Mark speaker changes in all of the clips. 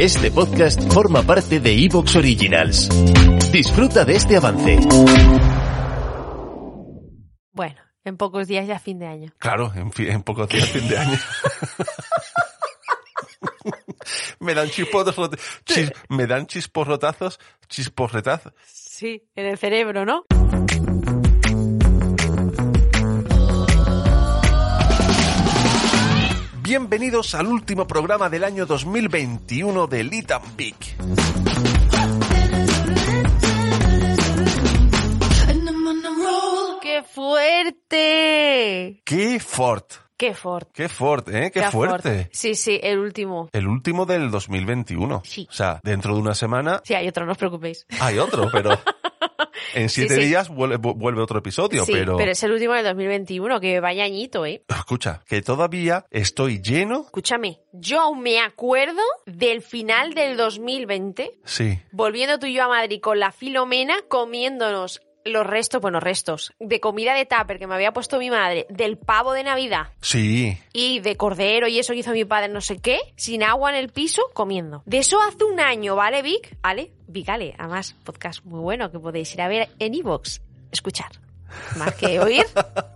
Speaker 1: Este podcast forma parte de Evox Originals. Disfruta de este avance.
Speaker 2: Bueno, en pocos días ya fin de año.
Speaker 3: Claro, en, fi- en pocos días, fin de año. me dan chisporrotazos, me dan chisporrotazos, chisporretazos.
Speaker 2: Sí, en el cerebro, ¿no?
Speaker 3: Bienvenidos al último programa del año 2021 de Litan Big.
Speaker 2: ¡Oh, ¡Qué fuerte!
Speaker 3: ¡Qué fort!
Speaker 2: ¡Qué fuerte!
Speaker 3: ¡Qué fort, eh! ¡Qué, fuerte!
Speaker 2: Sí, sí, el último.
Speaker 3: El último del 2021.
Speaker 2: Sí.
Speaker 3: O sea, dentro de una semana
Speaker 2: Sí, hay otro, no os preocupéis.
Speaker 3: hay otro, pero en siete
Speaker 2: sí.
Speaker 3: días vuelve, vu- vuelve otro episodio,
Speaker 2: sí,
Speaker 3: pero...
Speaker 2: es el último del 2021, que vaya añito, ¿eh?
Speaker 3: Escucha, que todavía estoy lleno...
Speaker 2: Escúchame, yo aún me acuerdo del final del 2020,
Speaker 3: Sí,
Speaker 2: volviendo tú y yo a Madrid con la Filomena, comiéndonos los restos, bueno, restos, de comida de tupper que me había puesto mi madre, del pavo de Navidad.
Speaker 3: sí,
Speaker 2: y de cordero y eso que hizo mi padre no sé qué, sin agua en el piso, comiendo. De eso hace un año, ¿vale, Vic? ¿Vale? Vic, Ale, además, podcast muy bueno que podéis ir a ver en iVoox, escuchar. Más que oír,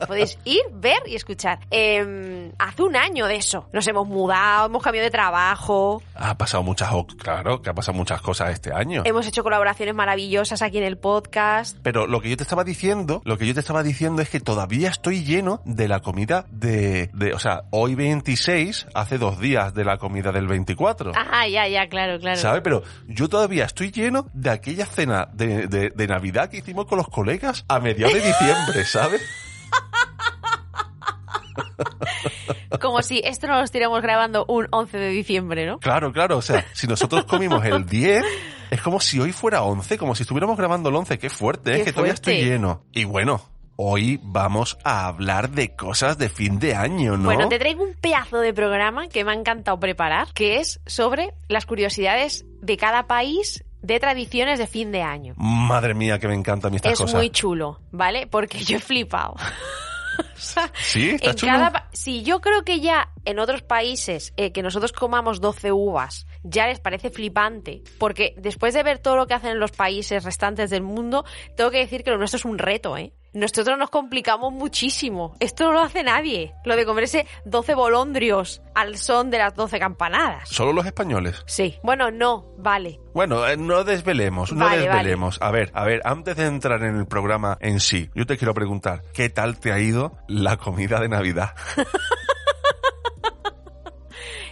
Speaker 2: podéis ir, ver y escuchar. Em, hace un año de eso. Nos hemos mudado, hemos cambiado de trabajo,
Speaker 3: Ha pasado muchas, o- claro, que ha pasado muchas cosas este año.
Speaker 2: hemos hecho colaboraciones maravillosas aquí en el podcast.
Speaker 3: Pero lo que yo te estaba diciendo, lo que yo te estaba diciendo es que todavía estoy lleno de la comida de, de o sea, hoy 26, hace dos días de la comida del 24.
Speaker 2: Ajá, ya, ya, claro, Ah, claro.
Speaker 3: ¿Sabes? Pero yo todavía estoy lleno de aquella cena de, de- de Navidad que hicimos con los colegas a mediados de diciembre, ¿sabes?
Speaker 2: Como si esto no lo estuviéramos grabando un 11 de diciembre, ¿no?
Speaker 3: Claro, claro. O sea, si nosotros comimos el 10, es como si hoy fuera 11, como si estuviéramos grabando el 11. Qué fuerte,
Speaker 2: Qué
Speaker 3: es que todavía
Speaker 2: fuerte.
Speaker 3: estoy lleno. Y bueno, hoy vamos a hablar de cosas de fin de año, ¿no?
Speaker 2: Bueno, te traigo un pedazo de programa que me ha encantado preparar, que es sobre las curiosidades de cada país de tradiciones de fin de año.
Speaker 3: Madre mía, que me encantan a mí estas
Speaker 2: es
Speaker 3: cosas.
Speaker 2: muy chulo, ¿vale? Porque yo he flipado. O sea,
Speaker 3: Sí, está
Speaker 2: en
Speaker 3: chulo.
Speaker 2: cada pa- sí, yo creo que ya en otros países eh, que nosotros comamos 12 uvas ya les parece flipante, porque después de ver todo lo que hacen los países restantes del mundo, tengo que decir que lo nuestro es un reto, ¿eh? Nosotros nos complicamos muchísimo. Esto no lo hace nadie. Lo de comerse 12 bolondrios al son de las 12 campanadas.
Speaker 3: Solo los españoles.
Speaker 2: Sí. Bueno, no, vale.
Speaker 3: Bueno, eh, no desvelemos, no
Speaker 2: Vale,
Speaker 3: desvelemos. A ver, a ver, antes de entrar en el programa en sí, yo te quiero preguntar, ¿qué tal te ha ido la comida de Navidad?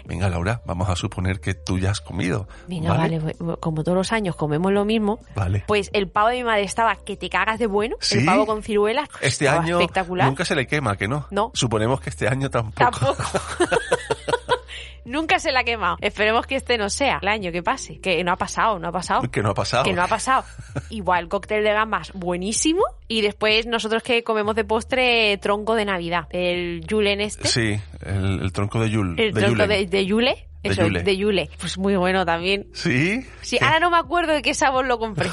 Speaker 3: Venga, Laura, vamos a suponer que tú ya has comido.
Speaker 2: Venga, vale, pues, como todos los años comemos lo mismo,
Speaker 3: Vale.
Speaker 2: Pues el pavo de mi madre estaba que te cagas de bueno.
Speaker 3: Sí.
Speaker 2: El pavo con ciruelas.
Speaker 3: Este
Speaker 2: estaba
Speaker 3: año
Speaker 2: Espectacular.
Speaker 3: nunca se le quema, ¿que no?
Speaker 2: No.
Speaker 3: Suponemos que este año tampoco.
Speaker 2: Tampoco. nunca se la ha quemado. Esperemos que este no sea el año que pase. Que no ha pasado, no ha pasado.
Speaker 3: Que no ha pasado.
Speaker 2: Que no ha pasado. Igual, cóctel de gambas, buenísimo. Y después nosotros que comemos de postre tronco de Navidad. El yulen este.
Speaker 3: Sí, el, el tronco de Yul.
Speaker 2: el
Speaker 3: de
Speaker 2: tronco
Speaker 3: Yulen.
Speaker 2: de, de yule.
Speaker 3: De
Speaker 2: Eso,
Speaker 3: yule.
Speaker 2: de yule. Pues muy bueno también.
Speaker 3: Sí.
Speaker 2: Sí,
Speaker 3: ¿Qué?
Speaker 2: ahora no me acuerdo de qué sabor lo compré.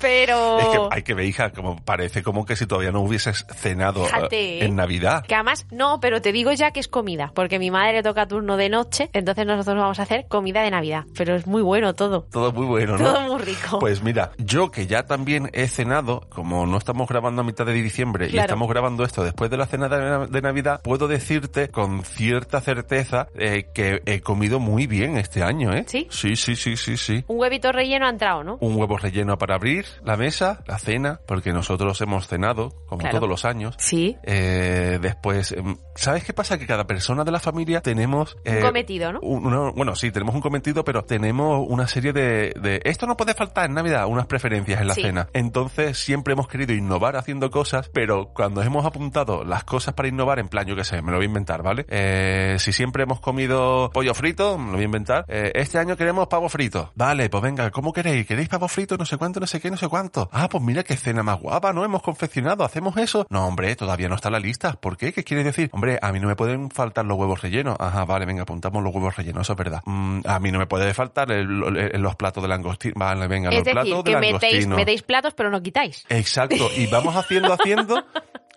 Speaker 2: Pero...
Speaker 3: Es que hay que ver, hija, como parece como que si todavía no hubieses cenado eh,
Speaker 2: Fíjate, ¿eh?
Speaker 3: en Navidad.
Speaker 2: Que además, no, pero te digo ya que es comida, porque mi madre le toca turno de noche, entonces nosotros vamos a hacer comida de Navidad. Pero es muy bueno todo.
Speaker 3: Todo muy bueno, ¿no?
Speaker 2: Todo muy rico.
Speaker 3: Pues mira, yo que ya también he cenado, como no estamos grabando a mitad de diciembre y
Speaker 2: Claro.
Speaker 3: estamos grabando esto después de la cena de, Nav- de Navidad, puedo decirte con cierta certeza eh, que he comido muy bien este año, ¿eh?
Speaker 2: ¿Sí?
Speaker 3: Sí, sí, sí, sí, sí.
Speaker 2: Un huevito relleno ha entrado, ¿no?
Speaker 3: Un huevo relleno para abrir la mesa, la cena, porque nosotros hemos cenado, como
Speaker 2: Claro.
Speaker 3: todos los años.
Speaker 2: Sí.
Speaker 3: Eh, después, em, ¿sabes qué pasa? Que cada persona de la familia tenemos... eh,
Speaker 2: Un cometido, ¿no?
Speaker 3: un- una- bueno, sí, tenemos un cometido, pero tenemos una serie de, de- Esto no puede faltar en Navidad, unas preferencias en la
Speaker 2: Sí.
Speaker 3: cena. Entonces siempre hemos querido innovar haciendo cosas, pero cuando hemos apuntado las cosas para innovar, en plan, yo qué sé, me lo voy a inventar, ¿vale? Eh, si siempre hemos comido pollo frito, me lo voy a inventar. Eh, este año queremos pavo frito. Vale, pues venga, ¿cómo queréis? ¿Queréis pavo frito? No sé cuánto, no sé qué, no sé cuánto. Ah, pues mira qué cena más guapa, ¿no? Hemos confeccionado, hacemos eso. No, hombre, todavía no está la lista. ¿Por qué? ¿Qué quieres decir? Hombre, a mí no me pueden faltar los huevos rellenos. Ajá, vale, venga, apuntamos los huevos rellenos, eso es verdad. Mm, a mí no me puede faltar el- el- los platos de langostino. Vale, venga,
Speaker 2: es
Speaker 3: los
Speaker 2: decir,
Speaker 3: platos de
Speaker 2: que metéis,
Speaker 3: langostino. Eh.
Speaker 2: metéis platos pero no quitáis.
Speaker 3: Exacto, y vamos haciendo, haciendo,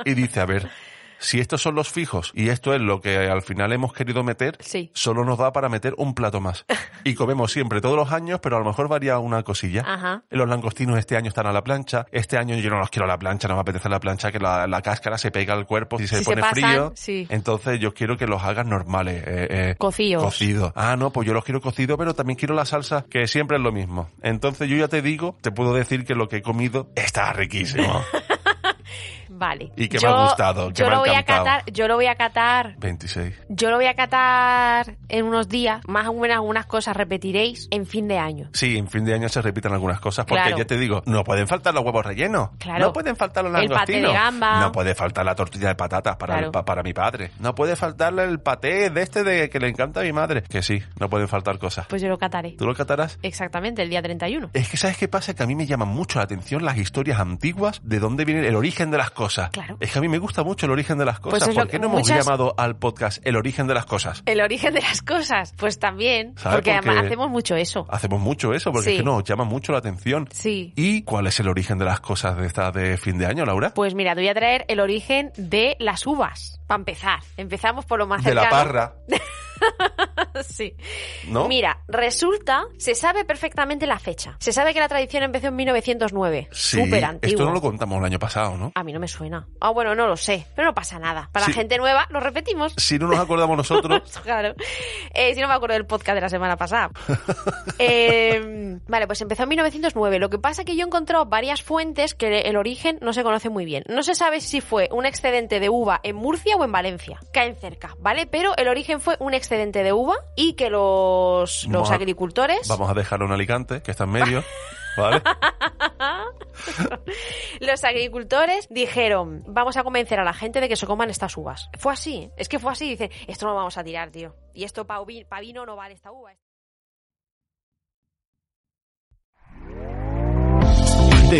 Speaker 3: y dice, a ver, si estos son los fijos y esto es lo que al final hemos querido meter,
Speaker 2: Sí.
Speaker 3: solo nos da para meter un plato más. Y comemos siempre todos los años, pero a lo mejor varía una cosilla.
Speaker 2: Ajá.
Speaker 3: Los langostinos este año están a la plancha. Este año yo no los quiero a la plancha, no me apetece la plancha, que la, la cáscara se pega al cuerpo si se
Speaker 2: Si se
Speaker 3: pone
Speaker 2: pasan,
Speaker 3: frío.
Speaker 2: sí.
Speaker 3: Entonces yo quiero que los hagas normales. eh, eh,
Speaker 2: Cocidos.
Speaker 3: Cocido. Ah, no, pues yo los quiero cocido, pero también quiero la salsa, que siempre es lo mismo. Entonces yo ya te digo, te puedo decir que lo que he comido está riquísimo.
Speaker 2: Vale.
Speaker 3: Y que me
Speaker 2: yo,
Speaker 3: ha gustado, que
Speaker 2: yo
Speaker 3: me ha
Speaker 2: lo voy a
Speaker 3: encantado.
Speaker 2: catar, yo lo voy a catar
Speaker 3: 26.
Speaker 2: Yo lo voy a catar en unos días, más o menos algunas cosas repetiréis en fin de año.
Speaker 3: Sí, en fin de año se repiten algunas cosas, porque
Speaker 2: Claro.
Speaker 3: ya te digo, no pueden faltar los huevos rellenos,
Speaker 2: Claro.
Speaker 3: no pueden faltar los
Speaker 2: El paté de
Speaker 3: langostinos,
Speaker 2: gamba.
Speaker 3: no puede faltar la tortilla de patatas para,
Speaker 2: Claro.
Speaker 3: el pa- para mi padre, no puede faltarle el paté de este de que le encanta a mi madre, que sí, no pueden faltar cosas.
Speaker 2: Pues yo lo cataré.
Speaker 3: ¿Tú lo catarás?
Speaker 2: Exactamente, el día 31.
Speaker 3: Es que sabes qué pasa, que a mí me llaman mucho la atención las historias antiguas, de dónde viene el origen de las cosas.
Speaker 2: Claro.
Speaker 3: Es que a mí me gusta mucho el origen de las
Speaker 2: Pues
Speaker 3: cosas.
Speaker 2: es lo
Speaker 3: ¿Por
Speaker 2: que
Speaker 3: qué no hemos
Speaker 2: muchas-
Speaker 3: llamado al podcast El origen de las cosas?
Speaker 2: El origen de las cosas, pues también,
Speaker 3: ¿Sabes
Speaker 2: porque
Speaker 3: por qué? Ah.
Speaker 2: además hacemos mucho eso.
Speaker 3: Hacemos mucho eso, porque
Speaker 2: Sí.
Speaker 3: es que nos llama mucho la atención.
Speaker 2: Sí.
Speaker 3: ¿Y cuál es el origen de las cosas de esta de fin de año, Laura?
Speaker 2: Pues mira, te voy a traer el origen de las uvas, para empezar. Empezamos por lo más
Speaker 3: de la
Speaker 2: cercano.
Speaker 3: parra,
Speaker 2: sí.
Speaker 3: ¿no?
Speaker 2: Mira, resulta, se sabe perfectamente la fecha. Se sabe que la tradición empezó en 1909.
Speaker 3: sí,
Speaker 2: Súper antiguo.
Speaker 3: esto no lo contamos el año pasado, ¿no?
Speaker 2: A mí no me suena. Ah, bueno, no lo sé, pero no pasa nada. Para
Speaker 3: Sí.
Speaker 2: la gente nueva, lo repetimos.
Speaker 3: Si no nos acordamos nosotros,
Speaker 2: Claro. Eh, si no me acuerdo del podcast de la semana pasada. Eh, vale, pues empezó en 1909. Lo que pasa que yo he encontrado varias fuentes que el origen no se conoce muy bien. No se sabe si fue un excedente de uva en Murcia o en Valencia. Caen cerca, ¿vale? Pero el origen fue un excedente de uva y que los, los
Speaker 3: Vamos a-
Speaker 2: agricultores...
Speaker 3: vamos a dejarlo en Alicante, que está en medio, ¿vale?
Speaker 2: Los agricultores dijeron, vamos a convencer a la gente de que se coman estas uvas. Fue así, ¿eh? es que fue así, dicen, esto no lo vamos a tirar, tío. Y esto para vino no vale esta uva.
Speaker 1: ¿Te